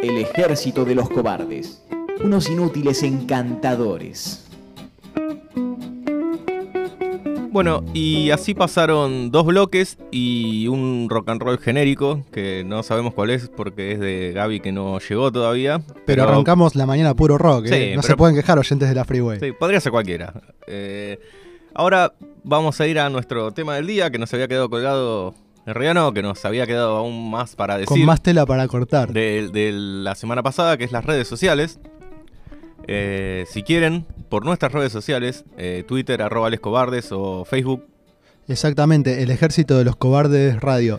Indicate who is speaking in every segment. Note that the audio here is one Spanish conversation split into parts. Speaker 1: ejército de los cobardes, unos inútiles encantadores.
Speaker 2: Bueno, y así pasaron dos bloques y un rock and roll genérico, que no sabemos cuál es porque es de Gaby que no llegó todavía.
Speaker 3: Pero arrancamos la mañana puro rock, ¿eh?
Speaker 2: Sí,
Speaker 3: no se
Speaker 2: pero-
Speaker 3: pueden quejar oyentes de la freeway.
Speaker 2: Sí, podría ser cualquiera. Eh, ahora vamos a ir a nuestro tema del día, que nos había quedado colgado en realidad no, que nos había quedado aún más para decir.
Speaker 3: Con más tela para cortar.
Speaker 2: de, de la semana pasada, que es las redes sociales. Eh, si quieren, por nuestras redes sociales, eh, Twitter, arroba lescobardes o Facebook.
Speaker 3: Exactamente, el ejército de los cobardes radio.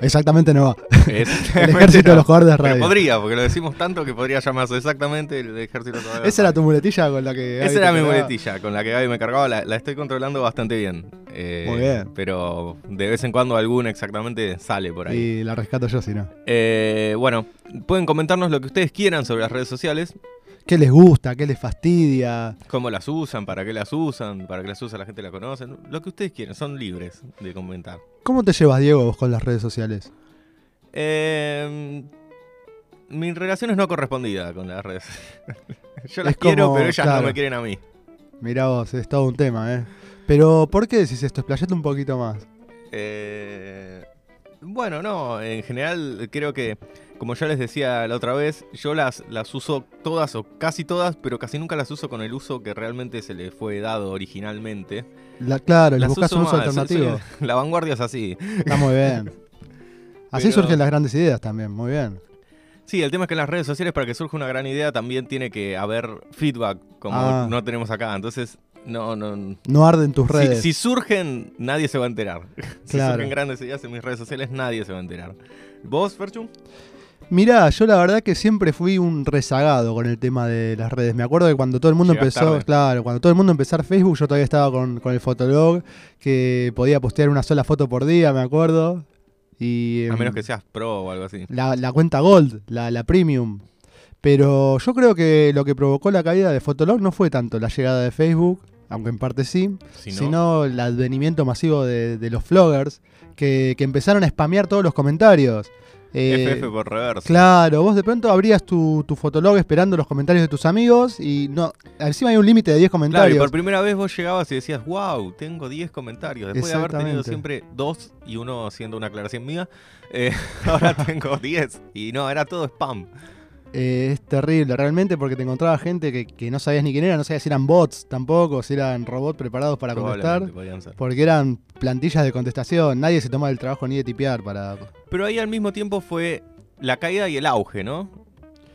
Speaker 3: Exactamente no va.
Speaker 2: es-
Speaker 3: El ejército de los cobardes
Speaker 2: Pero
Speaker 3: radio.
Speaker 2: podría, porque lo decimos tanto que podría llamarse exactamente el ejército de los cobardes.
Speaker 3: Esa era tu muletilla con la que. Gaby
Speaker 2: Esa era
Speaker 3: te
Speaker 2: mi
Speaker 3: pegaba.
Speaker 2: boletilla con la que Gaby me cargaba, la, la estoy controlando bastante bien. Eh,
Speaker 3: Muy bien.
Speaker 2: Pero de vez en cuando alguna exactamente sale por ahí.
Speaker 3: Y la rescato yo, si no.
Speaker 2: Eh, bueno, pueden comentarnos lo que ustedes quieran sobre las redes sociales,
Speaker 3: ¿Qué les gusta? ¿Qué les fastidia?
Speaker 2: cómo las usan, para qué las usan, para qué las usa la gente la conoce, lo que ustedes quieran, son libres de comentar.
Speaker 3: ¿Cómo te llevas, Diego, vos con las redes sociales?
Speaker 2: Eh, mi relación es no correspondida con las redes. Yo
Speaker 3: Es
Speaker 2: las quiero,
Speaker 3: como-
Speaker 2: pero ellas
Speaker 3: claro.
Speaker 2: no me quieren a mí.
Speaker 3: Mirá vos, es todo un tema, ¿eh? Pero, ¿por qué decís esto? Explayate un poquito más.
Speaker 2: Eh, bueno, no, en general creo que, como ya les decía la otra vez, yo las, las uso todas o casi todas, pero casi nunca las uso con el uso que realmente se le fue dado originalmente.
Speaker 3: La- claro, les
Speaker 2: Las
Speaker 3: buscas un uso
Speaker 2: mal, soy- soy-
Speaker 3: alternativo.
Speaker 2: la vanguardia es así.
Speaker 3: Está muy bien. Así
Speaker 2: Pero-
Speaker 3: surgen las grandes ideas también, muy bien.
Speaker 2: Sí, el tema es que en las redes sociales para que surja una gran idea también tiene que haber feedback, como
Speaker 3: Ah.
Speaker 2: no tenemos acá. Entonces, no, no.
Speaker 3: No arden tus
Speaker 2: Si-
Speaker 3: redes.
Speaker 2: Si, surgen, nadie se va a enterar. si
Speaker 3: Claro.
Speaker 2: surgen grandes ideas en mis redes sociales, nadie se va a enterar. ¿Vos, Ferchu?
Speaker 3: Mirá, yo la verdad que siempre fui un rezagado con el tema de las redes. Me acuerdo que cuando todo el mundo
Speaker 2: Llegás
Speaker 3: empezó,
Speaker 2: tarde.
Speaker 3: claro, cuando todo el mundo empezó a usar Facebook, yo todavía estaba con, con el fotolog, que podía postear una sola foto por día, me acuerdo. Y,
Speaker 2: A
Speaker 3: em,
Speaker 2: menos que seas pro o algo así.
Speaker 3: la, la cuenta Gold, la, la Premium. Pero yo creo que lo que provocó la caída de Fotolog no fue tanto la llegada de Facebook, aunque en parte sí,
Speaker 2: Si no,
Speaker 3: sino el advenimiento masivo de, de los floggers que, que empezaron a spamear todos los comentarios. Eh,
Speaker 2: FF por reverso.
Speaker 3: Claro, vos de pronto abrías tu, tu fotolog esperando los comentarios de tus amigos y no, encima hay un límite de 10
Speaker 2: Claro, y
Speaker 3: comentarios.
Speaker 2: por primera vez vos llegabas y decías, wow, tengo 10 comentarios. Después de haber tenido
Speaker 3: Exactamente.
Speaker 2: siempre dos y uno siendo una aclaración mía, eh, ahora tengo 10. Y no, era todo spam.
Speaker 3: Eh, es terrible, realmente, porque te encontraba gente que, que no sabías ni quién era, no sabías si eran bots tampoco, si eran robots preparados para contestar.
Speaker 2: Probablemente podían ser.
Speaker 3: Porque eran plantillas de contestación, nadie se tomaba el trabajo ni de tipear para...
Speaker 2: Pero ahí al mismo tiempo fue la caída y el auge, ¿no?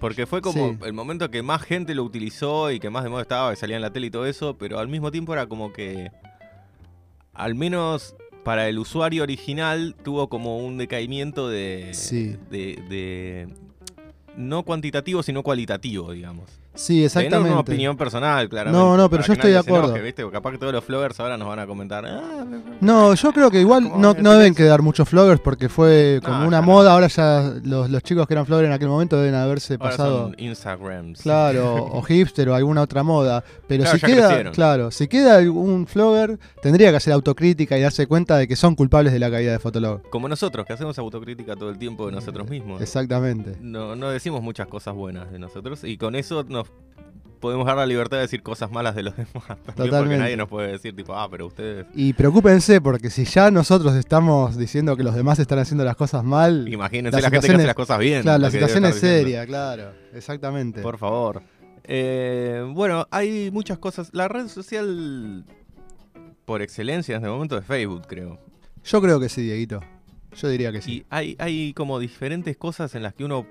Speaker 2: Porque fue como
Speaker 3: Sí.
Speaker 2: el momento que más gente lo utilizó y que más de moda estaba, que salía en la tele y todo eso, pero al mismo tiempo era como que, al menos para el usuario original, tuvo como un decaimiento de...
Speaker 3: Sí.
Speaker 2: de, de- no cuantitativo, sino cualitativo, digamos.
Speaker 3: Sí,
Speaker 2: Teniendo
Speaker 3: exactamente.
Speaker 2: una opinión personal, claramente.
Speaker 3: No, no,
Speaker 2: para
Speaker 3: pero yo
Speaker 2: que
Speaker 3: estoy de
Speaker 2: nadie se
Speaker 3: acuerdo.
Speaker 2: enoje, ¿viste? Porque capaz que todos los floggers ahora nos van a comentar. "Ah,
Speaker 3: No, yo creo que igual
Speaker 2: ¿Cómo
Speaker 3: no,
Speaker 2: van a
Speaker 3: no
Speaker 2: decir
Speaker 3: deben
Speaker 2: eso?
Speaker 3: quedar muchos floggers porque fue como
Speaker 2: No,
Speaker 3: una
Speaker 2: ya no.
Speaker 3: moda, ahora ya los, los chicos que eran floggers en aquel momento deben haberse
Speaker 2: ahora
Speaker 3: pasado...
Speaker 2: son Instagrams.
Speaker 3: Claro, o hipster o alguna otra moda. Pero
Speaker 2: Claro,
Speaker 3: si
Speaker 2: ya
Speaker 3: queda,
Speaker 2: crecieron.
Speaker 3: claro, si queda algún flogger, tendría que hacer autocrítica y darse cuenta de que son culpables de la caída de Fotolog.
Speaker 2: Como nosotros, que hacemos autocrítica todo el tiempo de nosotros mismos.
Speaker 3: Exactamente.
Speaker 2: No, no decimos muchas cosas buenas de nosotros y con eso nos podemos dar la libertad de decir cosas malas de los demás. también, Porque
Speaker 3: Totalmente.
Speaker 2: nadie nos puede decir, tipo, ah, pero ustedes.
Speaker 3: Y preocúpense porque si ya nosotros estamos diciendo que los demás están haciendo las cosas mal,
Speaker 2: Imagínense
Speaker 3: La
Speaker 2: la, gente que
Speaker 3: situación
Speaker 2: hace
Speaker 3: es-
Speaker 2: las cosas bien.
Speaker 3: claro, la
Speaker 2: lo que debe
Speaker 3: situación es
Speaker 2: estar diciendo.
Speaker 3: seria, claro, exactamente.
Speaker 2: Por favor. Eh, bueno, hay muchas cosas. La red social por excelencia en este momento es Facebook, creo.
Speaker 3: Yo creo que sí, Dieguito. Yo diría que sí.
Speaker 2: Y hay, hay como diferentes cosas en las que uno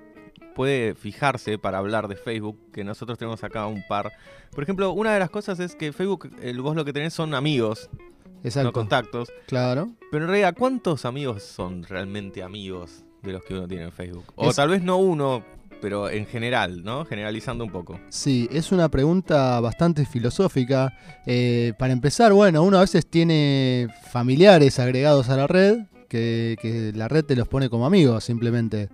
Speaker 2: puede fijarse para hablar de Facebook, que nosotros tenemos acá un par. Por ejemplo, una de las cosas es que Facebook, eh, vos lo que tenés son amigos, no
Speaker 3: Exacto.
Speaker 2: contactos.
Speaker 3: claro.
Speaker 2: Pero en realidad, ¿cuántos amigos son realmente amigos de los que uno tiene en Facebook? O
Speaker 3: Es-
Speaker 2: tal vez no uno, pero en general, ¿no? Generalizando un poco.
Speaker 3: Sí, es una pregunta bastante filosófica. Eh, para empezar, bueno, uno a veces tiene familiares agregados a la red, que, que la red te los pone como amigos simplemente.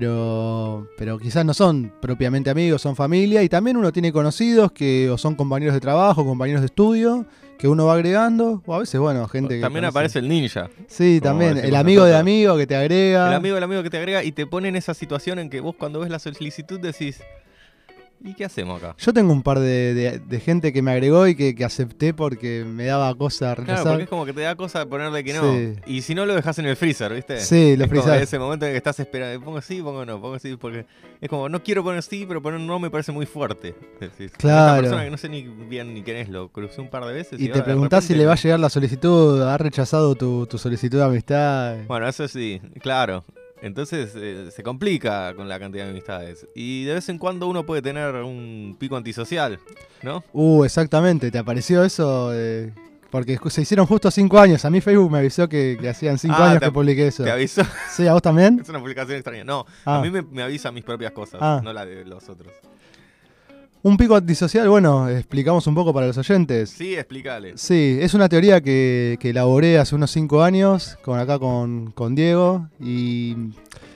Speaker 3: Pero, pero quizás no son propiamente amigos, son familia. Y también uno tiene conocidos que o son compañeros de trabajo, compañeros de estudio, que uno va agregando. O a veces, bueno, gente que.
Speaker 2: También
Speaker 3: conoce.
Speaker 2: aparece el ninja.
Speaker 3: Sí,
Speaker 2: como
Speaker 3: también. El
Speaker 2: decimos
Speaker 3: amigo de
Speaker 2: nosotros.
Speaker 3: amigo que te agrega.
Speaker 2: El amigo, el amigo que te agrega y te pone en esa situación en que vos cuando ves la solicitud decís, ¿Y qué hacemos acá?
Speaker 3: Yo tengo un par de, de- de gente que me agregó y que, que acepté porque me daba cosa
Speaker 2: Claro,
Speaker 3: rechazar.
Speaker 2: porque es como que te da cosa ponerle que no.
Speaker 3: Sí.
Speaker 2: Y si no lo dejas en el freezer, ¿viste?
Speaker 3: Sí, lo
Speaker 2: Es como
Speaker 3: frisás.
Speaker 2: ese momento en el que estás esperando, pongo sí, pongo no, pongo sí, porque es como, no quiero poner sí, pero poner no me parece muy fuerte. Decís,
Speaker 3: Claro.
Speaker 2: Esta persona que no sé ni bien ni quién es, lo crucé un par de veces.
Speaker 3: Y
Speaker 2: ahora
Speaker 3: te
Speaker 2: de
Speaker 3: preguntás si
Speaker 2: repente-
Speaker 3: le va a llegar la solicitud, ha rechazado tu, tu solicitud de amistad.
Speaker 2: Bueno, eso sí, claro. Entonces eh, se complica con la cantidad de amistades. Y de vez en cuando uno puede tener un pico antisocial, ¿no?
Speaker 3: Uh, exactamente, ¿te apareció eso? Eh, porque ju- se hicieron justo cinco años. A mí Facebook me avisó que, que hacían cinco
Speaker 2: Ah,
Speaker 3: años
Speaker 2: te-
Speaker 3: que publiqué eso.
Speaker 2: Te aviso,
Speaker 3: Sí, ¿a vos también?
Speaker 2: es una publicación extraña. No,
Speaker 3: Ah.
Speaker 2: a mí me, me avisa mis propias cosas,
Speaker 3: Ah.
Speaker 2: no la de los otros.
Speaker 3: Un pico antisocial, bueno, explicamos un poco para los oyentes.
Speaker 2: Sí, explícale.
Speaker 3: Sí, es una teoría que, que elaboré hace unos 5 años con acá con, con Diego y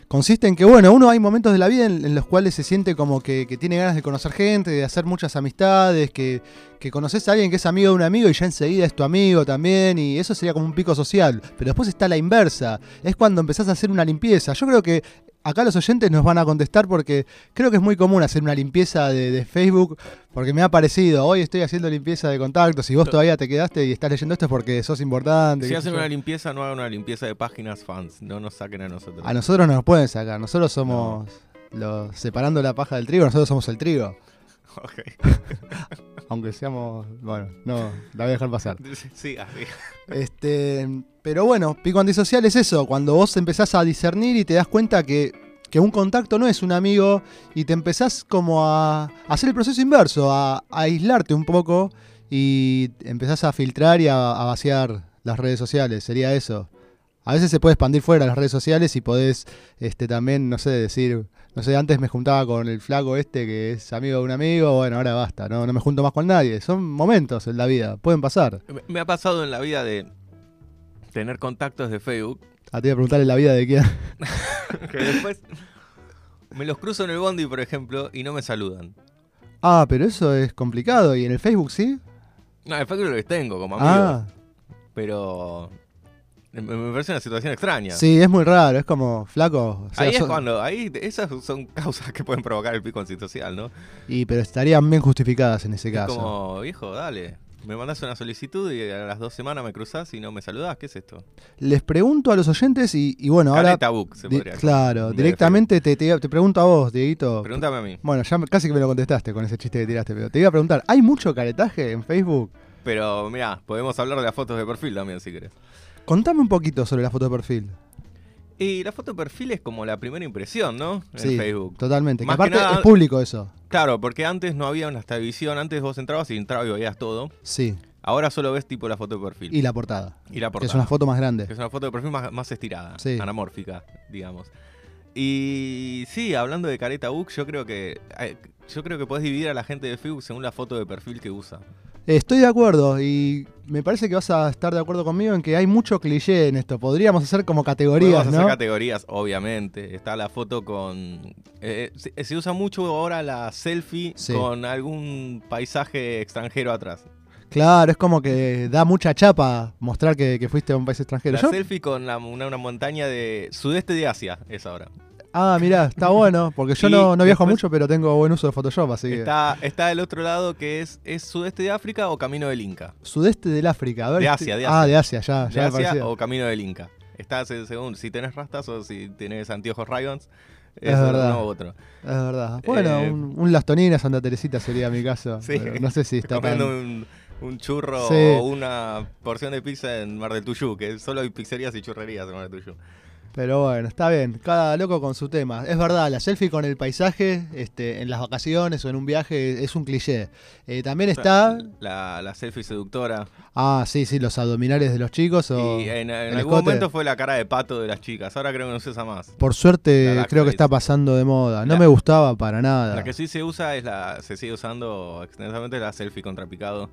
Speaker 3: consiste en que, bueno, uno hay momentos de la vida en, en los cuales se siente como que, que tiene ganas de conocer gente, de hacer muchas amistades, que, que conoces a alguien que es amigo de un amigo y ya enseguida es tu amigo también y eso sería como un pico social. Pero después está la inversa, es cuando empezás a hacer una limpieza. Yo creo que... Acá los oyentes nos van a contestar porque creo que es muy común hacer una limpieza de- de Facebook porque me ha parecido, hoy estoy haciendo limpieza de contactos y vos todavía te quedaste y estás leyendo esto es porque sos importante.
Speaker 2: Si
Speaker 3: qué sé
Speaker 2: hacen
Speaker 3: yo.
Speaker 2: una limpieza, no hagan una limpieza de páginas fans. No nos saquen a nosotros.
Speaker 3: A nosotros Ah, no nos pueden sacar, nosotros somos los separando la paja del trigo, nosotros somos el trigo.
Speaker 2: Ok.
Speaker 3: Aunque seamos, bueno, no, la voy a dejar pasar.
Speaker 2: Sí, así.
Speaker 3: Este, pero bueno, pico antisocial es eso, cuando vos empezás a discernir y te das cuenta que, que un contacto no es un amigo y te empezás como a, a hacer el proceso inverso, a, a aislarte un poco y empezás a filtrar y a, a vaciar las redes sociales, sería eso. A veces se puede expandir fuera las redes sociales y podés este, también, no sé, decir, no sé, antes me juntaba con el flaco este que es amigo de un amigo, bueno, ahora basta, no, no me junto más con nadie. Son momentos en la vida, pueden pasar.
Speaker 2: Me- Me ha pasado en la vida de tener contactos de Facebook
Speaker 3: A ti voy Ah, a preguntarle la vida de quién.
Speaker 2: que después me los cruzo en el bondi, por ejemplo, y no me saludan.
Speaker 3: Ah, pero eso es complicado. ¿Y en el Facebook sí?
Speaker 2: No, en Facebook los tengo como amigos,
Speaker 3: Ah,
Speaker 2: pero me, me parece una situación extraña.
Speaker 3: sí, es muy raro. Es como flaco. o sea,
Speaker 2: Ahí es
Speaker 3: so-
Speaker 2: cuando, ahí te- esas son causas que pueden provocar el pico antisocial, ¿no?
Speaker 3: Y pero estarían bien justificadas en ese
Speaker 2: Es
Speaker 3: caso.
Speaker 2: como, viejo, dale, me mandás una solicitud y a las dos semanas me cruzás y no me saludás, ¿qué es esto?
Speaker 3: Les pregunto a los oyentes y, y bueno, ahora.
Speaker 2: Caneta book, se
Speaker 3: di-
Speaker 2: podría decir.
Speaker 3: claro,
Speaker 2: Me
Speaker 3: directamente te, te- te pregunto a vos, Dieguito.
Speaker 2: Pregúntame a mí.
Speaker 3: Bueno, ya me- casi que me lo contestaste con ese chiste que tiraste, pero te iba a preguntar, ¿hay mucho caretaje en Facebook?
Speaker 2: Pero mira, podemos hablar de las fotos de perfil también si querés.
Speaker 3: Contame un poquito sobre la foto de perfil.
Speaker 2: Y la foto de perfil es como la primera impresión, ¿no? En
Speaker 3: sí,
Speaker 2: Facebook.
Speaker 3: totalmente.
Speaker 2: Más
Speaker 3: que
Speaker 2: que
Speaker 3: aparte
Speaker 2: nada-
Speaker 3: es público eso.
Speaker 2: Claro, porque antes no había una esta división, antes vos entrabas y entrabas y veías todo.
Speaker 3: Sí.
Speaker 2: Ahora solo ves tipo la foto de perfil.
Speaker 3: Y la portada.
Speaker 2: Y la
Speaker 3: Que es
Speaker 2: portada.
Speaker 3: una foto más grande.
Speaker 2: Que es una foto de perfil más, más estirada,
Speaker 3: Sí.
Speaker 2: anamórfica, digamos. Y sí, hablando de careta book, yo creo que eh, yo creo que podés dividir a la gente de Facebook según la foto de perfil que usa.
Speaker 3: Estoy de acuerdo y me parece que vas a estar de acuerdo conmigo en que hay mucho cliché en esto. Podríamos hacer como categorías,
Speaker 2: Podemos hacer
Speaker 3: ¿no?
Speaker 2: categorías, obviamente. Está la foto con. eh, se, se usa mucho ahora la selfie
Speaker 3: Sí.
Speaker 2: con algún paisaje extranjero atrás.
Speaker 3: claro, es como que da mucha chapa mostrar que, que fuiste a un país extranjero.
Speaker 2: la
Speaker 3: Yo-
Speaker 2: selfie con la- una, una montaña de sudeste de Asia es ahora.
Speaker 3: ah, mirá, está bueno, porque yo
Speaker 2: Y
Speaker 3: no, no viajo
Speaker 2: después-
Speaker 3: mucho, pero tengo buen uso de Photoshop, así que...
Speaker 2: Está, está del otro lado que es, es sudeste de África o camino del Inca.
Speaker 3: Sudeste del África, a ver.
Speaker 2: De
Speaker 3: estoy-
Speaker 2: Asia, de
Speaker 3: Ah,
Speaker 2: Asia.
Speaker 3: de Asia, ya,
Speaker 2: De
Speaker 3: ya me
Speaker 2: Asia
Speaker 3: parecía.
Speaker 2: o camino del Inca. Está se- según si tenés rastas o si tenés anteojos Ray-Bans.
Speaker 3: Es
Speaker 2: Es
Speaker 3: verdad.
Speaker 2: uno u otro.
Speaker 3: Es verdad. Bueno,
Speaker 2: Eh,
Speaker 3: un, un Lastonina Santa Teresita sería mi caso.
Speaker 2: Sí.
Speaker 3: pero no sé si está tan...
Speaker 2: Comiendo un, un churro
Speaker 3: Sí.
Speaker 2: o una porción de pizza en Mar del Tuyú, que solo hay pizzerías y churrerías en Mar del Tuyú.
Speaker 3: Pero bueno, está bien, cada loco con su tema. Es verdad, la selfie con el paisaje, este, en las vacaciones o en un viaje, es un cliché. Eh, también está.
Speaker 2: La, la selfie seductora.
Speaker 3: Ah, sí, sí, los abdominales de los chicos. O
Speaker 2: y eh, en, en
Speaker 3: el
Speaker 2: algún
Speaker 3: escote.
Speaker 2: momento fue la cara de pato de las chicas. Ahora creo que no se usa más.
Speaker 3: Por
Speaker 2: La
Speaker 3: suerte,
Speaker 2: Dark
Speaker 3: creo que
Speaker 2: Side.
Speaker 3: está pasando de moda. No
Speaker 2: La-
Speaker 3: me gustaba para nada.
Speaker 2: La que sí se usa es la. Se sigue usando extensamente la selfie contra picado.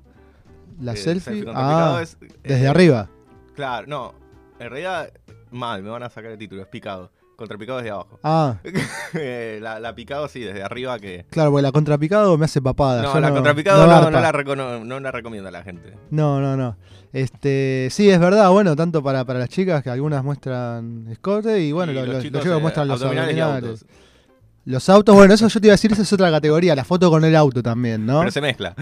Speaker 3: La
Speaker 2: Eh,
Speaker 3: selfie.
Speaker 2: contra
Speaker 3: ah,
Speaker 2: picado es, eh,
Speaker 3: desde arriba.
Speaker 2: Claro, no. En realidad, mal, me van a sacar el título, es picado. Contra picado desde abajo.
Speaker 3: Ah,
Speaker 2: Eh, la, la picado sí, desde arriba que.
Speaker 3: claro, porque la contrapicado me hace papada.
Speaker 2: No,
Speaker 3: yo
Speaker 2: la contra picado no, no
Speaker 3: garpa.
Speaker 2: la recono- no la recomienda la gente.
Speaker 3: No, no, no. Este, sí, es verdad, bueno, tanto para, para las chicas que algunas muestran escote y bueno,
Speaker 2: Y
Speaker 3: lo- lo- los,
Speaker 2: chicos,
Speaker 3: chicos
Speaker 2: eh,
Speaker 3: muestran los
Speaker 2: abdominales y
Speaker 3: abdominales.
Speaker 2: autos.
Speaker 3: Los autos, bueno, eso yo te iba a decir, esa es otra categoría, la foto con el auto también, ¿no?
Speaker 2: Pero se mezcla.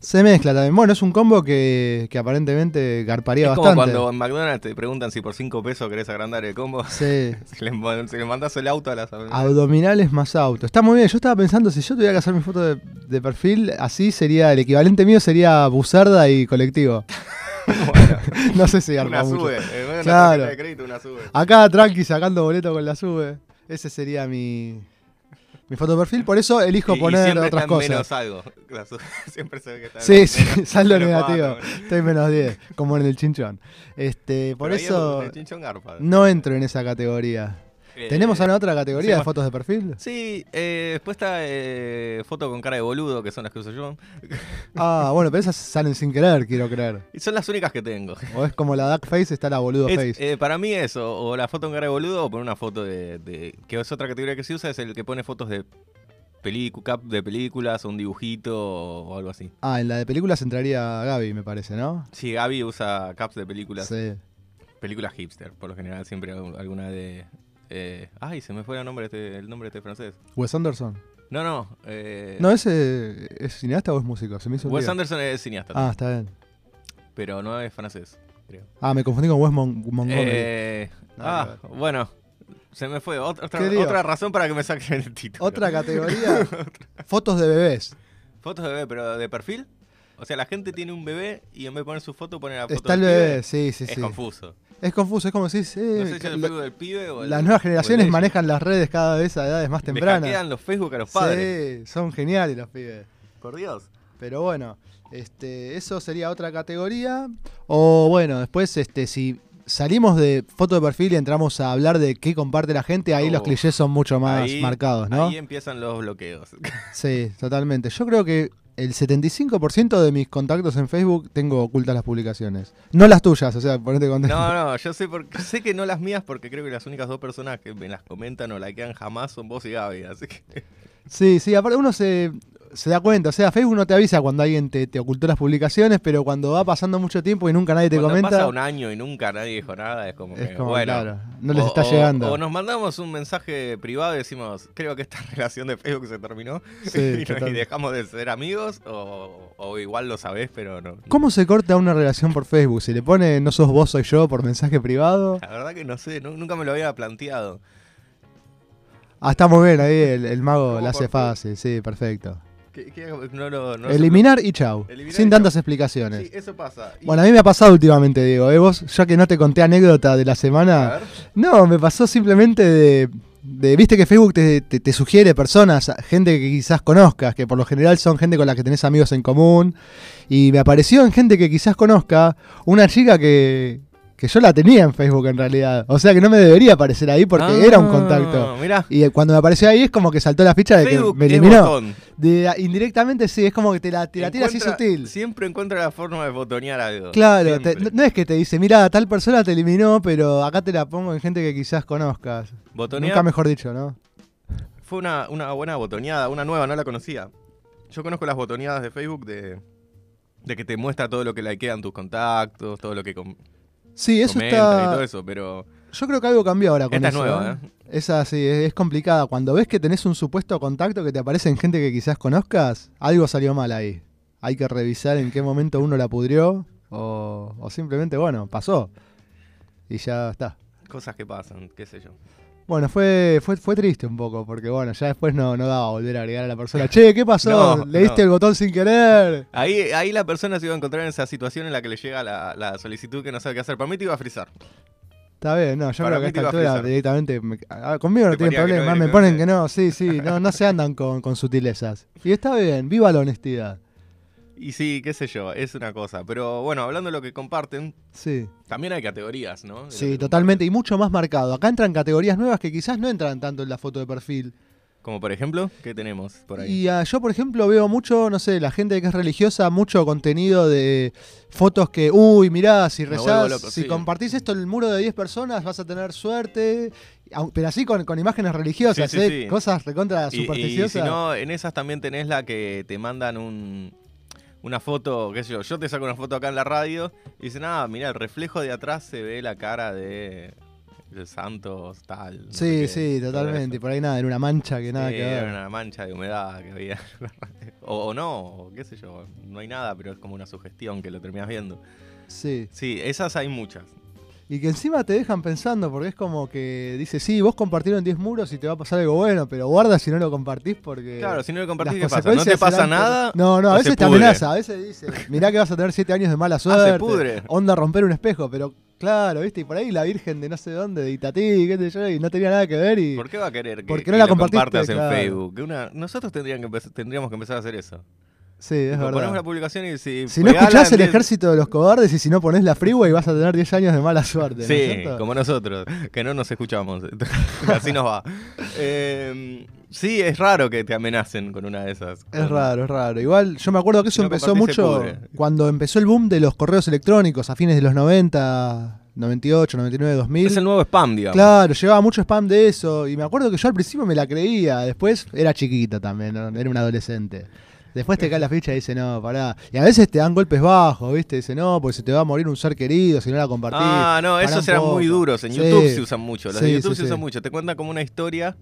Speaker 3: Se mezcla también. Bueno, es un combo que, que aparentemente
Speaker 2: es
Speaker 3: garparía
Speaker 2: como
Speaker 3: bastante.
Speaker 2: cuando en McDonald's te preguntan si por 5 pesos querés agrandar el combo.
Speaker 3: Sí.
Speaker 2: Si le, man- si le mandás el auto a las
Speaker 3: Ah, Abdominales más auto. Está muy bien. Yo estaba pensando, si yo tuviera que hacer mi foto de, de perfil, así sería, el equivalente mío sería Buzarda y colectivo.
Speaker 2: Bueno,
Speaker 3: No sé si garpa
Speaker 2: una
Speaker 3: mucho.
Speaker 2: sube. eh, una
Speaker 3: Claro.
Speaker 2: tarjeta de crédito, una sube.
Speaker 3: Acá tranqui sacando boleto con la sube. Ese sería mi, mi foto de perfil. Por eso elijo
Speaker 2: Y- y
Speaker 3: poner
Speaker 2: siempre está
Speaker 3: otras
Speaker 2: en
Speaker 3: cosas.
Speaker 2: menos algo. La sube siempre se ve que está en
Speaker 3: Sí,
Speaker 2: menos.
Speaker 3: sí, saldo
Speaker 2: Pero cuatro,
Speaker 3: negativo.
Speaker 2: bueno.
Speaker 3: Estoy en menos 10, como en el chinchón. Este, por
Speaker 2: Pero ahí
Speaker 3: eso
Speaker 2: es un chinchón garpa.
Speaker 3: no entro en esa categoría.
Speaker 2: Eh,
Speaker 3: ¿Tenemos alguna otra categoría
Speaker 2: sí,
Speaker 3: de fotos de perfil?
Speaker 2: Sí, eh, después está eh, foto con cara de boludo, que son las que uso yo.
Speaker 3: Ah, bueno, pero esas salen sin querer, quiero creer.
Speaker 2: Y son las únicas que tengo.
Speaker 3: O es como la duck face, está la boludo
Speaker 2: Es,
Speaker 3: face.
Speaker 2: eh, para mí eso, o la foto con cara de boludo, o poner una foto de, de- que es otra categoría que se usa, es el que pone fotos de película, cap de películas, o un dibujito o algo así.
Speaker 3: Ah, en la de películas entraría Gaby, me parece, ¿no?
Speaker 2: Sí, Gaby usa caps de películas,
Speaker 3: Sí.
Speaker 2: películas hipster, por lo general siempre alguna de eh, ay, se me fue el nombre este, el nombre de este francés.
Speaker 3: Wes Anderson.
Speaker 2: No, no, eh,
Speaker 3: No, ¿ese es cineasta o es músico? Se me hizo un
Speaker 2: Wes
Speaker 3: lío.
Speaker 2: Anderson es cineasta,
Speaker 3: Ah, está bien.
Speaker 2: pero no es francés, creo.
Speaker 3: Ah, me confundí con Wes Mon- Montgomery.
Speaker 2: Eh, ah,
Speaker 3: Nada que
Speaker 2: bueno, se me fue. Otra, otra-
Speaker 3: ¿Qué digo?
Speaker 2: otra razón para que me saquen el título.
Speaker 3: Otra categoría, fotos de bebés.
Speaker 2: Fotos de bebé, pero de perfil. O sea, la gente tiene un bebé y en vez de poner su foto, pone la foto
Speaker 3: Está el
Speaker 2: del
Speaker 3: bebé,
Speaker 2: pibe.
Speaker 3: sí, sí,
Speaker 2: es
Speaker 3: sí.
Speaker 2: confuso.
Speaker 3: Es confuso, es como si decís, eh,
Speaker 2: No sé si es el
Speaker 3: lo-
Speaker 2: Facebook del pibe o el-
Speaker 3: las
Speaker 2: o
Speaker 3: nuevas
Speaker 2: el
Speaker 3: generaciones
Speaker 2: de
Speaker 3: manejan las redes cada vez a edades más
Speaker 2: ellos. Le
Speaker 3: tempranas.
Speaker 2: hackean los Facebook a los padres.
Speaker 3: Sí, son geniales los pibes.
Speaker 2: Por Dios.
Speaker 3: Pero bueno, este, eso sería otra categoría. O bueno, después, este, si salimos de foto de perfil y entramos a hablar de qué comparte la gente, ahí los
Speaker 2: Oh.
Speaker 3: clichés son mucho más
Speaker 2: Ahí-
Speaker 3: marcados, ¿no?
Speaker 2: Ahí empiezan los bloqueos.
Speaker 3: Sí, totalmente. Yo creo que el 75% de mis contactos en Facebook tengo ocultas las publicaciones. No las tuyas, o sea, ponete contento.
Speaker 2: No, no, yo sé porque sé que no las mías porque creo que las únicas dos personas que me las comentan o likean jamás son vos y Gaby, así que
Speaker 3: Sí, sí, aparte uno se, se da cuenta. O sea, Facebook no te avisa cuando alguien te, te ocultó las publicaciones, pero cuando va pasando mucho tiempo y nunca nadie te
Speaker 2: cuando pasa
Speaker 3: comenta,
Speaker 2: un año y nunca nadie dijo nada, es como
Speaker 3: es
Speaker 2: que,
Speaker 3: como,
Speaker 2: bueno,
Speaker 3: claro, no les
Speaker 2: O-
Speaker 3: está
Speaker 2: o-
Speaker 3: llegando.
Speaker 2: O nos mandamos un mensaje privado y decimos, creo que esta relación de Facebook se terminó
Speaker 3: Sí,
Speaker 2: y, no- y
Speaker 3: total.
Speaker 2: dejamos de ser amigos o, o igual lo sabés, pero no.
Speaker 3: ¿Cómo se corta una relación por Facebook? ¿Se le pone no sos vos, soy yo por mensaje privado?
Speaker 2: La verdad que no sé, nu- nunca me lo había planteado.
Speaker 3: Ah, está muy bien, ahí el, el mago
Speaker 2: ¿Cómo
Speaker 3: la hace
Speaker 2: por qué?
Speaker 3: fácil, sí, perfecto.
Speaker 2: ¿Qué- qué- no lo- no lo-
Speaker 3: Eliminar y chau,
Speaker 2: Eliminar
Speaker 3: sin
Speaker 2: y
Speaker 3: tantas
Speaker 2: Sí,
Speaker 3: explicaciones.
Speaker 2: eso pasa. Y-
Speaker 3: Bueno, a mí me ha pasado últimamente, Diego. ¿eh? Vos, ya que no te conté anécdota de la
Speaker 2: a
Speaker 3: semana.
Speaker 2: ver,
Speaker 3: No, me pasó simplemente de. de- Viste que Facebook te, te- te sugiere personas, gente que quizás conozcas, que por lo general son gente con la que tenés amigos en común. Y me apareció en gente que quizás conozca una chica que, que yo la tenía en Facebook en realidad. O sea que no me debería aparecer ahí porque
Speaker 2: ah,
Speaker 3: era un contacto.
Speaker 2: Mirá,
Speaker 3: Y eh, cuando me apareció ahí es como que saltó la ficha de
Speaker 2: Facebook
Speaker 3: que me
Speaker 2: es
Speaker 3: eliminó.
Speaker 2: botón.
Speaker 3: De- ah, indirectamente sí, es como que te la, te la tira así
Speaker 2: Encuentra-
Speaker 3: sutil.
Speaker 2: Siempre encuentra la forma de botonear algo.
Speaker 3: Claro, te-
Speaker 2: Siempre.
Speaker 3: no- no es que te dice, mira, tal persona te eliminó, pero acá te la pongo en gente que quizás conozcas.
Speaker 2: Botonea
Speaker 3: Nunca mejor dicho, ¿no?
Speaker 2: Fue una, una buena botoneada, una nueva, no la conocía. Yo conozco las botoneadas de Facebook de, de que te muestra todo lo que likean tus contactos, todo lo que com-
Speaker 3: Sí, eso
Speaker 2: comentan y todo
Speaker 3: está.
Speaker 2: eso, pero
Speaker 3: Yo creo que algo cambió ahora con
Speaker 2: esta es
Speaker 3: eso,
Speaker 2: nueva, ¿eh?
Speaker 3: Esa sí, es, es complicada. Cuando ves que tenés un supuesto contacto que te aparece en gente que quizás conozcas, algo salió mal ahí. Hay que revisar en qué momento uno la pudrió o, o simplemente, bueno, pasó. Y ya está.
Speaker 2: Cosas que pasan, qué sé yo.
Speaker 3: Bueno, fue, fue, fue triste un poco, porque bueno, ya después no, no daba volver a agregar a la persona. Che, ¿qué pasó?
Speaker 2: No,
Speaker 3: Le diste
Speaker 2: no.
Speaker 3: el botón sin querer.
Speaker 2: Ahí, ahí la persona se iba a encontrar en esa situación en la que le llega la, la solicitud que no sabe qué hacer. Para mí te iba a frizar.
Speaker 3: Está bien, no, yo
Speaker 2: Para
Speaker 3: creo que
Speaker 2: mí te
Speaker 3: a esta
Speaker 2: iba a
Speaker 3: altura
Speaker 2: frizar.
Speaker 3: directamente. me- ah, conmigo no
Speaker 2: Te
Speaker 3: tienen
Speaker 2: ponía que no
Speaker 3: problema, me
Speaker 2: directamente.
Speaker 3: ponen que no, sí, sí, no, no se andan con, con sutilezas. Y está bien, viva la honestidad.
Speaker 2: Y sí, qué sé yo, es una cosa. Pero bueno, hablando de lo que comparten,
Speaker 3: Sí,
Speaker 2: también hay categorías, ¿no? De lo
Speaker 3: sí,
Speaker 2: que
Speaker 3: totalmente, y mucho más marcado. Acá entran categorías nuevas que quizás no entran tanto en la foto de perfil.
Speaker 2: comparten. Como por ejemplo, ¿qué tenemos por ahí?
Speaker 3: Y ah, yo, por ejemplo, veo mucho, no sé, la gente que es religiosa, mucho contenido de fotos que, uy, mirá, si
Speaker 2: Me
Speaker 3: rezás,
Speaker 2: vuelvo loco,
Speaker 3: si
Speaker 2: sí.
Speaker 3: compartís esto en el muro de 10 personas vas a tener suerte. Au- Pero así con, con imágenes religiosas,
Speaker 2: Sí, sí,
Speaker 3: ¿eh?
Speaker 2: sí.
Speaker 3: cosas recontra
Speaker 2: Y-
Speaker 3: supersticiosas.
Speaker 2: Y, si no, en esas también tenés la que te mandan un, una foto, qué sé yo, yo te saco una foto acá en la radio y dicen, ah, mira, el reflejo de atrás se ve la cara de el Santos, tal. no sé
Speaker 3: Sí,
Speaker 2: qué.
Speaker 3: sí,
Speaker 2: Todo
Speaker 3: totalmente. Y
Speaker 2: eso.
Speaker 3: por ahí nada, era una mancha que nada
Speaker 2: Sí,
Speaker 3: que
Speaker 2: era
Speaker 3: ver.
Speaker 2: una mancha de humedad que había. o, o no, o qué sé yo. No hay nada, pero es como una sugestión que lo terminas viendo.
Speaker 3: Sí.
Speaker 2: Sí, esas hay muchas.
Speaker 3: Y que encima te dejan pensando, porque es como que dice, sí, vos compartieron 10 muros y te va a pasar algo bueno, pero guarda si no lo compartís porque.
Speaker 2: Claro, si no lo compartís, ¿qué
Speaker 3: Eh, las
Speaker 2: pasa? No te
Speaker 3: consecuencias
Speaker 2: pasa
Speaker 3: serán-
Speaker 2: nada.
Speaker 3: No, no, a
Speaker 2: o se
Speaker 3: veces te
Speaker 2: pudre. Ah,
Speaker 3: amenaza, a veces dice, mirá que vas a tener 7 años de mala suerte.
Speaker 2: pudre.
Speaker 3: Onda romper un espejo, pero claro, viste, y por ahí la virgen de no sé dónde, de Itatí, qué sé yo, y no tenía nada que ver y.
Speaker 2: ¿Por qué va a querer que,
Speaker 3: ¿Por qué
Speaker 2: que
Speaker 3: no la
Speaker 2: lo compartas
Speaker 3: compartiste?
Speaker 2: en
Speaker 3: Claro.
Speaker 2: Facebook? Que una- nosotros tendrían que empe- tendríamos que empezar a hacer eso.
Speaker 3: Sí, es
Speaker 2: Tipo,
Speaker 3: verdad.
Speaker 2: Ponemos la publicación y si.
Speaker 3: Si no
Speaker 2: regalan
Speaker 3: escuchás el
Speaker 2: diez-
Speaker 3: ejército de los cobardes y si no ponés la freeway vas a tener 10 años de mala suerte. ¿no es
Speaker 2: Sí,
Speaker 3: cierto?
Speaker 2: como nosotros, que no nos escuchamos. Así nos va. Eh, sí, es raro que te amenacen con una de esas.
Speaker 3: Es raro, es raro. Igual yo me acuerdo que eso
Speaker 2: Si no
Speaker 3: empezó
Speaker 2: compartís, se
Speaker 3: mucho
Speaker 2: pudre.
Speaker 3: cuando empezó el boom de los correos electrónicos a fines de los 90, 98, 99, 2000.
Speaker 2: Es el nuevo spam, digamos.
Speaker 3: Claro, llevaba mucho spam de eso y me acuerdo que yo al principio me la creía, después era chiquita también, ¿no? era un adolescente. Después te cae la ficha y dice, no, pará. Y a veces te dan golpes bajos, ¿viste? Dice, no, porque se te va a morir un ser querido si no la compartís.
Speaker 2: Ah, no,
Speaker 3: Pará
Speaker 2: esos
Speaker 3: un
Speaker 2: eran muy
Speaker 3: poco.
Speaker 2: duros. En
Speaker 3: Sí.
Speaker 2: YouTube se usan mucho. Los de
Speaker 3: Sí,
Speaker 2: YouTube
Speaker 3: sí,
Speaker 2: se
Speaker 3: sí.
Speaker 2: usan mucho. Te cuentan como una historia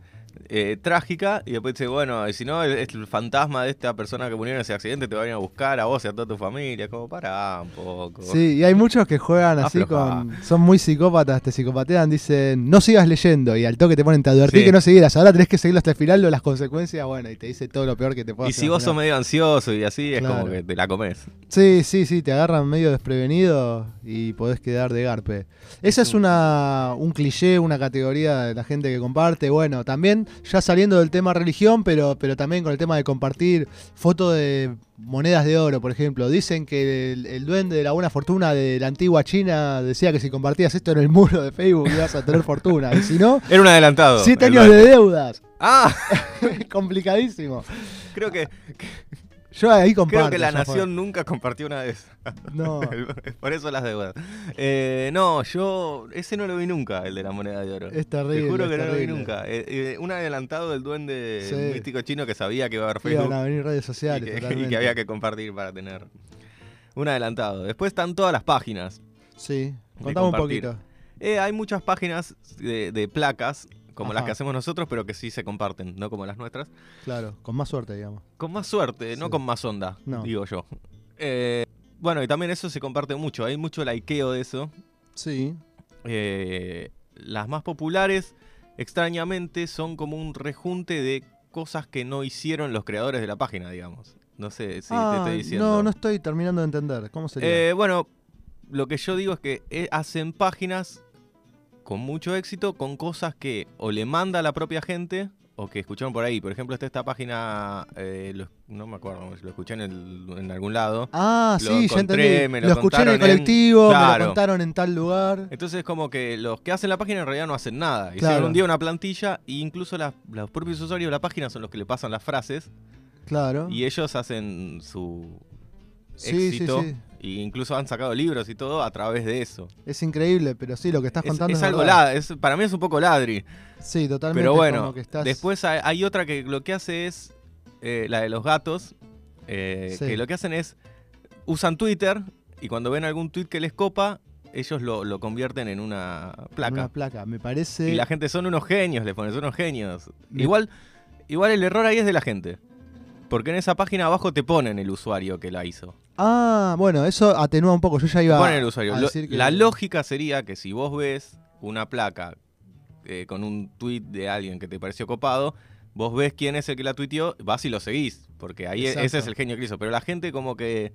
Speaker 2: eh, trágica y después dice, bueno, y si no, es el fantasma de esta persona que murió en ese accidente, te va a venir a buscar a vos y a toda tu familia. Como, pará un poco.
Speaker 3: Sí, y hay muchos que juegan así
Speaker 2: Aflojá.
Speaker 3: con. Son muy psicópatas, te psicopatean, dicen, no sigas leyendo. Y al toque te ponen, te advertí
Speaker 2: Sí.
Speaker 3: que no siguieras. Ahora tenés que seguirlo hasta el final o las consecuencias, bueno, y te dice todo lo peor que te puede
Speaker 2: Y si vos sos medio ansioso y así, es como
Speaker 3: Claro.
Speaker 2: que te la comes.
Speaker 3: Sí, sí, sí, te agarran medio desprevenido y podés quedar de garpe. Esa es una, un cliché, una categoría de la gente que comparte. Bueno, también ya saliendo del tema religión, pero, pero también con el tema de compartir fotos de monedas de oro, por ejemplo. Dicen que el, el duende de la buena fortuna de la antigua China decía que si compartías esto en el muro de Facebook ibas a tener fortuna. Y si no,
Speaker 2: Era un adelantado.
Speaker 3: siete
Speaker 2: el
Speaker 3: años de
Speaker 2: duende.
Speaker 3: deudas.
Speaker 2: Ah,
Speaker 3: Complicadísimo.
Speaker 2: creo que,
Speaker 3: Yo ahí comparto.
Speaker 2: creo que la
Speaker 3: ya fue. Ah.
Speaker 2: nación nunca compartió una de esas.
Speaker 3: No.
Speaker 2: Por eso las deudas. Eh, no, yo. Ese no lo vi nunca, el de la moneda de oro.
Speaker 3: Es terrible.
Speaker 2: Te juro que
Speaker 3: es
Speaker 2: no lo vi
Speaker 3: terrible.
Speaker 2: nunca. Eh, eh, un adelantado del duende
Speaker 3: Sí.
Speaker 2: místico chino que sabía que iba a haber
Speaker 3: Iban a
Speaker 2: Facebook
Speaker 3: venir redes
Speaker 2: y
Speaker 3: sociales.
Speaker 2: que, y que
Speaker 3: totalmente.
Speaker 2: había que compartir para tener un adelantado. Después están todas las páginas.
Speaker 3: Sí,
Speaker 2: de
Speaker 3: contame un
Speaker 2: compartir.
Speaker 3: poquito.
Speaker 2: Eh, hay muchas páginas de, de placas, como las
Speaker 3: Ajá.
Speaker 2: que hacemos nosotros, pero que sí se comparten, no como las nuestras.
Speaker 3: Claro, con más suerte, digamos.
Speaker 2: Con más suerte, no
Speaker 3: Sí.
Speaker 2: con más onda,
Speaker 3: No.
Speaker 2: digo yo. Eh, bueno, y también eso se comparte mucho. Hay mucho likeo de eso.
Speaker 3: Sí.
Speaker 2: Eh, las más populares, extrañamente, son como un rejunte de cosas que no hicieron los creadores de la página, digamos. No sé si te estoy diciendo.
Speaker 3: Ah, No, no estoy terminando de entender. ¿Cómo sería?
Speaker 2: Eh, bueno, lo que yo digo es que eh, hacen páginas con mucho éxito con cosas que o le manda a la propia gente o que escucharon por ahí. Por ejemplo, está esta página, eh, lo- no me acuerdo, lo escuché en, el- en algún lado.
Speaker 3: ah,
Speaker 2: lo
Speaker 3: sí, ya
Speaker 2: encontré,
Speaker 3: entendí.
Speaker 2: me lo
Speaker 3: Lo, escuché en el
Speaker 2: contaron en-
Speaker 3: colectivo, me
Speaker 2: Claro. Eh,
Speaker 3: lo contaron en tal lugar.
Speaker 2: Entonces es como que los que hacen la página en realidad no hacen nada. Hicieron
Speaker 3: Claro.
Speaker 2: un día una plantilla e incluso las- los propios usuarios de la página son los que le pasan las frases
Speaker 3: Claro.
Speaker 2: y ellos hacen su
Speaker 3: Ah. Sí, sí,
Speaker 2: éxito.
Speaker 3: sí.
Speaker 2: E incluso han sacado libros y todo a través de eso.
Speaker 3: Es increíble, pero sí, lo que estás
Speaker 2: Es,
Speaker 3: contando
Speaker 2: es
Speaker 3: es,
Speaker 2: algo
Speaker 3: verdad.
Speaker 2: la- es- para mí es un poco ladri.
Speaker 3: Sí, totalmente.
Speaker 2: Pero bueno,
Speaker 3: como que estás-
Speaker 2: después hay, hay otra que lo que hace es eh, la de los gatos, eh,
Speaker 3: Sí.
Speaker 2: que lo que hacen es usan Twitter y cuando ven algún tweet que les copa, ellos lo, lo convierten en una
Speaker 3: en
Speaker 2: placa.
Speaker 3: Una placa, me parece.
Speaker 2: Y la gente son unos genios, les ponen, son unos genios.
Speaker 3: Me-
Speaker 2: Igual, igual el error ahí es de la gente. Porque en esa página abajo te ponen el usuario que la hizo.
Speaker 3: Ah, bueno, eso atenúa un poco. Yo ya
Speaker 2: Te
Speaker 3: iba.
Speaker 2: ponen el usuario.
Speaker 3: a
Speaker 2: Lo-
Speaker 3: decir que-
Speaker 2: La lógica sería que si vos ves una placa eh, con un tweet de alguien que te pareció copado, vos ves quién es el que la tuiteó, vas y lo seguís, porque ahí e- ese
Speaker 3: Exacto.
Speaker 2: es el genio que lo hizo. Pero la gente como que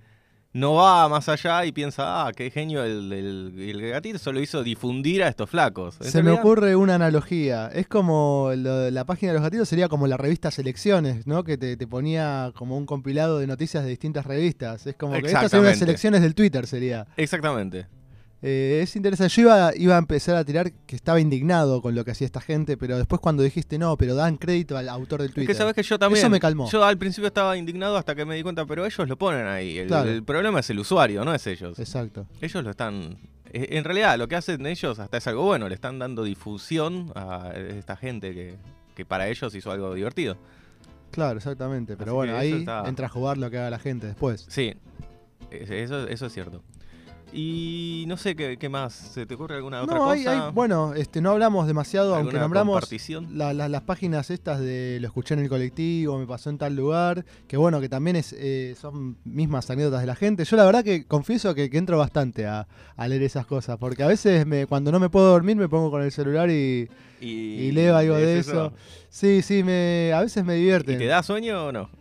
Speaker 2: no va más allá y piensa, ah, qué genio el, el, el gatito, solo hizo difundir a estos flacos. En
Speaker 3: Se me
Speaker 2: realidad,
Speaker 3: ocurre una analogía. Es como lo de la página de los gatitos sería como la revista Selecciones, ¿no? Que te, te ponía como un compilado de noticias de distintas revistas. Es como que estas son las
Speaker 2: Exactamente.
Speaker 3: selecciones del Twitter, sería.
Speaker 2: Exactamente.
Speaker 3: Eh, es interesante. Yo iba, iba a empezar a tirar que estaba indignado con lo que hacía esta gente, pero después cuando dijiste no, pero dan crédito al autor del
Speaker 2: Es
Speaker 3: Twitter.
Speaker 2: que sabes que yo también.
Speaker 3: Eso me calmó.
Speaker 2: Yo al principio estaba indignado hasta que me di cuenta, pero ellos lo ponen ahí. El,
Speaker 3: Claro.
Speaker 2: el problema es el usuario, no es ellos.
Speaker 3: Exacto.
Speaker 2: Ellos lo están. e- En realidad, lo que hacen ellos hasta es algo bueno. Le están dando difusión a esta gente que, que para ellos hizo algo divertido.
Speaker 3: Claro, exactamente. Pero
Speaker 2: Así
Speaker 3: bueno,
Speaker 2: que
Speaker 3: ahí
Speaker 2: eso está-
Speaker 3: entra a jugar lo que haga la gente después.
Speaker 2: Sí, es- eso, eso es cierto. Y no sé qué, qué más. ¿Se te ocurre alguna otra
Speaker 3: No, hay,
Speaker 2: cosa?
Speaker 3: hay- bueno, este, no hablamos demasiado, aunque
Speaker 2: ¿Alguna
Speaker 3: nombramos
Speaker 2: compartición?
Speaker 3: la- la- las páginas estas de lo escuché en el colectivo, me pasó en tal lugar, que bueno, que también es, eh, son mismas anécdotas de la gente. Yo la verdad que confieso que, que entro bastante a, a leer esas cosas, porque a veces me, cuando no me puedo dormir me pongo con el celular y
Speaker 2: Y,
Speaker 3: y leo algo de
Speaker 2: ¿es
Speaker 3: eso. sí, sí, me, a veces me divierte.
Speaker 2: ¿Y te da sueño o no?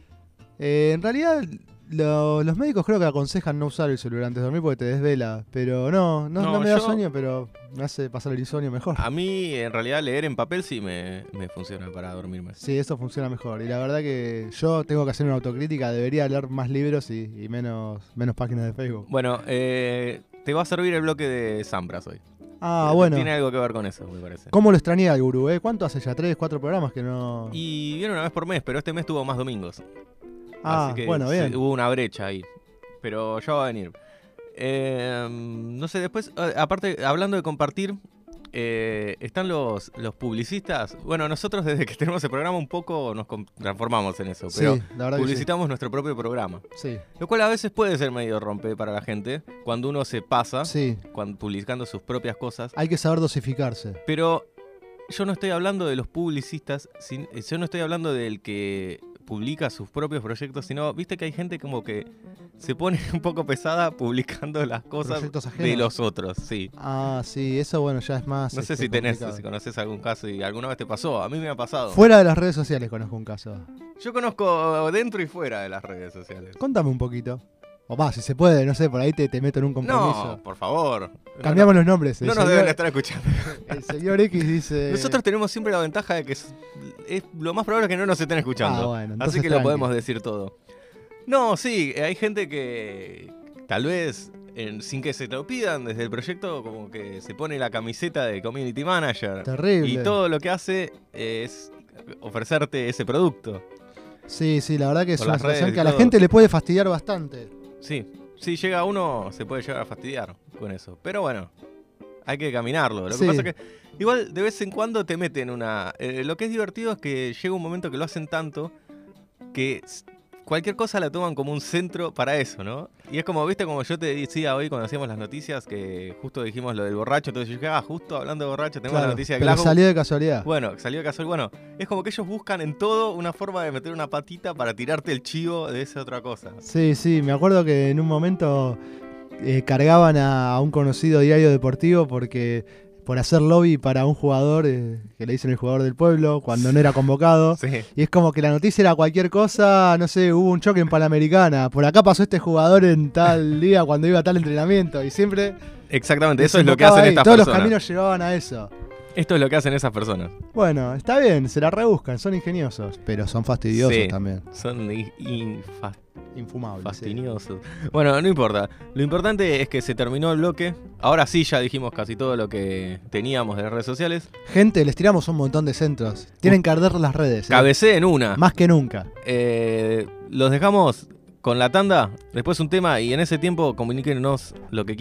Speaker 3: Eh, en realidad, lo- los médicos creo que aconsejan no usar el celular antes de dormir porque te desvela. Pero no, no,
Speaker 2: No,
Speaker 3: no me da
Speaker 2: yo-
Speaker 3: sueño, pero me hace pasar el insomnio mejor.
Speaker 2: A mí, en realidad, leer en papel sí me, me funciona para dormirme.
Speaker 3: Sí, eso funciona mejor. Y la verdad que yo tengo que hacer una autocrítica. Debería leer más libros y, y menos, menos páginas de Facebook.
Speaker 2: Bueno, eh, te va a servir el bloque de Zambras hoy.
Speaker 3: Ah,
Speaker 2: Eh,
Speaker 3: bueno.
Speaker 2: Tiene algo que ver con eso, me parece.
Speaker 3: ¿Cómo lo extrañé al gurú, eh? ¿Cuánto hace ya? ¿Tres, cuatro programas que no...?
Speaker 2: Y viene una vez por mes, pero este mes tuvo más domingos.
Speaker 3: ah,
Speaker 2: así que
Speaker 3: bueno,
Speaker 2: sí,
Speaker 3: bien.
Speaker 2: hubo una brecha ahí. Pero ya va a venir. Eh, no sé, después, a- aparte, hablando de compartir, eh, están los, los publicistas. Bueno, nosotros desde que tenemos el programa un poco nos com- transformamos en eso,
Speaker 3: Sí,
Speaker 2: pero
Speaker 3: la verdad que sí.
Speaker 2: publicitamos nuestro propio programa.
Speaker 3: sí.
Speaker 2: Lo cual a veces puede ser medio rompe para la gente cuando uno se pasa,
Speaker 3: Sí,
Speaker 2: cuando, publicando sus propias cosas.
Speaker 3: hay que saber dosificarse.
Speaker 2: Pero yo no estoy hablando de los publicistas, sin- eh, yo no estoy hablando del que publica sus propios proyectos, sino, viste que hay gente como que se pone un poco pesada publicando las cosas
Speaker 3: Proyectos ajenos.
Speaker 2: de los otros, sí.
Speaker 3: Ah, sí, eso bueno, ya es más...
Speaker 2: No sé
Speaker 3: este,
Speaker 2: si tenés,
Speaker 3: complicado.
Speaker 2: si conoces algún caso y alguna vez te pasó, a mí me ha pasado.
Speaker 3: Fuera de las redes sociales conozco un caso.
Speaker 2: Yo conozco dentro y fuera de las redes sociales.
Speaker 3: Contame un poquito. O va, si se puede, no sé, por ahí te, te meto en un compromiso.
Speaker 2: No, por favor.
Speaker 3: Cambiamos los nombres.
Speaker 2: No,
Speaker 3: El,
Speaker 2: no, no nos
Speaker 3: señor,
Speaker 2: deben estar escuchando.
Speaker 3: el señor X dice.
Speaker 2: Nosotros tenemos siempre la ventaja de que es, es- lo más probable es que no nos estén escuchando.
Speaker 3: Ah, bueno,
Speaker 2: Así
Speaker 3: entonces
Speaker 2: que lo
Speaker 3: tranqui.
Speaker 2: podemos decir todo. No, sí, hay gente que tal vez en- sin que se te lo pidan desde el proyecto como que se pone la camiseta de community manager
Speaker 3: Terrible.
Speaker 2: y todo lo que hace es ofrecerte ese producto.
Speaker 3: Sí, sí, la verdad que es
Speaker 2: Con
Speaker 3: una
Speaker 2: las redes
Speaker 3: situación
Speaker 2: y
Speaker 3: que a la
Speaker 2: todo.
Speaker 3: gente le puede fastidiar bastante.
Speaker 2: Sí, si llega uno se puede llegar a fastidiar con eso, pero bueno, hay que caminarlo. Lo que
Speaker 3: Sí.
Speaker 2: pasa es que igual de vez en cuando te meten una eh, lo que es divertido es que llega un momento que lo hacen tanto que s- cualquier cosa la toman como un centro para eso, ¿no? Y es como, viste, como yo te decía hoy cuando hacíamos las noticias, que justo dijimos lo del borracho, entonces yo dije, ah, justo hablando de borracho, tenemos
Speaker 3: Claro,
Speaker 2: la noticia de
Speaker 3: pero
Speaker 2: Glasgow.
Speaker 3: salió de casualidad.
Speaker 2: Bueno, que salió casual. Bueno, es como que ellos buscan en todo una forma de meter una patita para tirarte el chivo de esa otra cosa.
Speaker 3: Sí, sí, me acuerdo que en un momento eh, cargaban a, a un conocido diario deportivo porque por hacer lobby para un jugador eh, que le dicen el jugador del pueblo cuando no era convocado.
Speaker 2: Sí.
Speaker 3: Y es como que la noticia era cualquier cosa, no sé, hubo un choque en Panamericana, por acá pasó este jugador en tal día cuando iba a tal entrenamiento y siempre...
Speaker 2: Exactamente, eso es lo que
Speaker 3: desembocaba
Speaker 2: hacen
Speaker 3: ahí,
Speaker 2: estas
Speaker 3: Todos los
Speaker 2: personas.
Speaker 3: caminos llevaban a eso.
Speaker 2: Esto es lo que hacen esas personas.
Speaker 3: Bueno, está bien, se la rebuscan, son ingeniosos, pero son fastidiosos
Speaker 2: Sí.
Speaker 3: también,
Speaker 2: Son in- infas-
Speaker 3: infumables. sí.
Speaker 2: fastidiosos. Bueno, no importa. Lo importante es que se terminó el bloque. Ahora sí ya dijimos casi todo lo que teníamos de las redes sociales.
Speaker 3: Gente, les tiramos un montón de centros, tienen que arder las redes, ¿eh?
Speaker 2: Cabecé en una.
Speaker 3: más que nunca.
Speaker 2: Eh, los dejamos con la tanda, después un tema y en ese tiempo comuníquenos lo que quieran.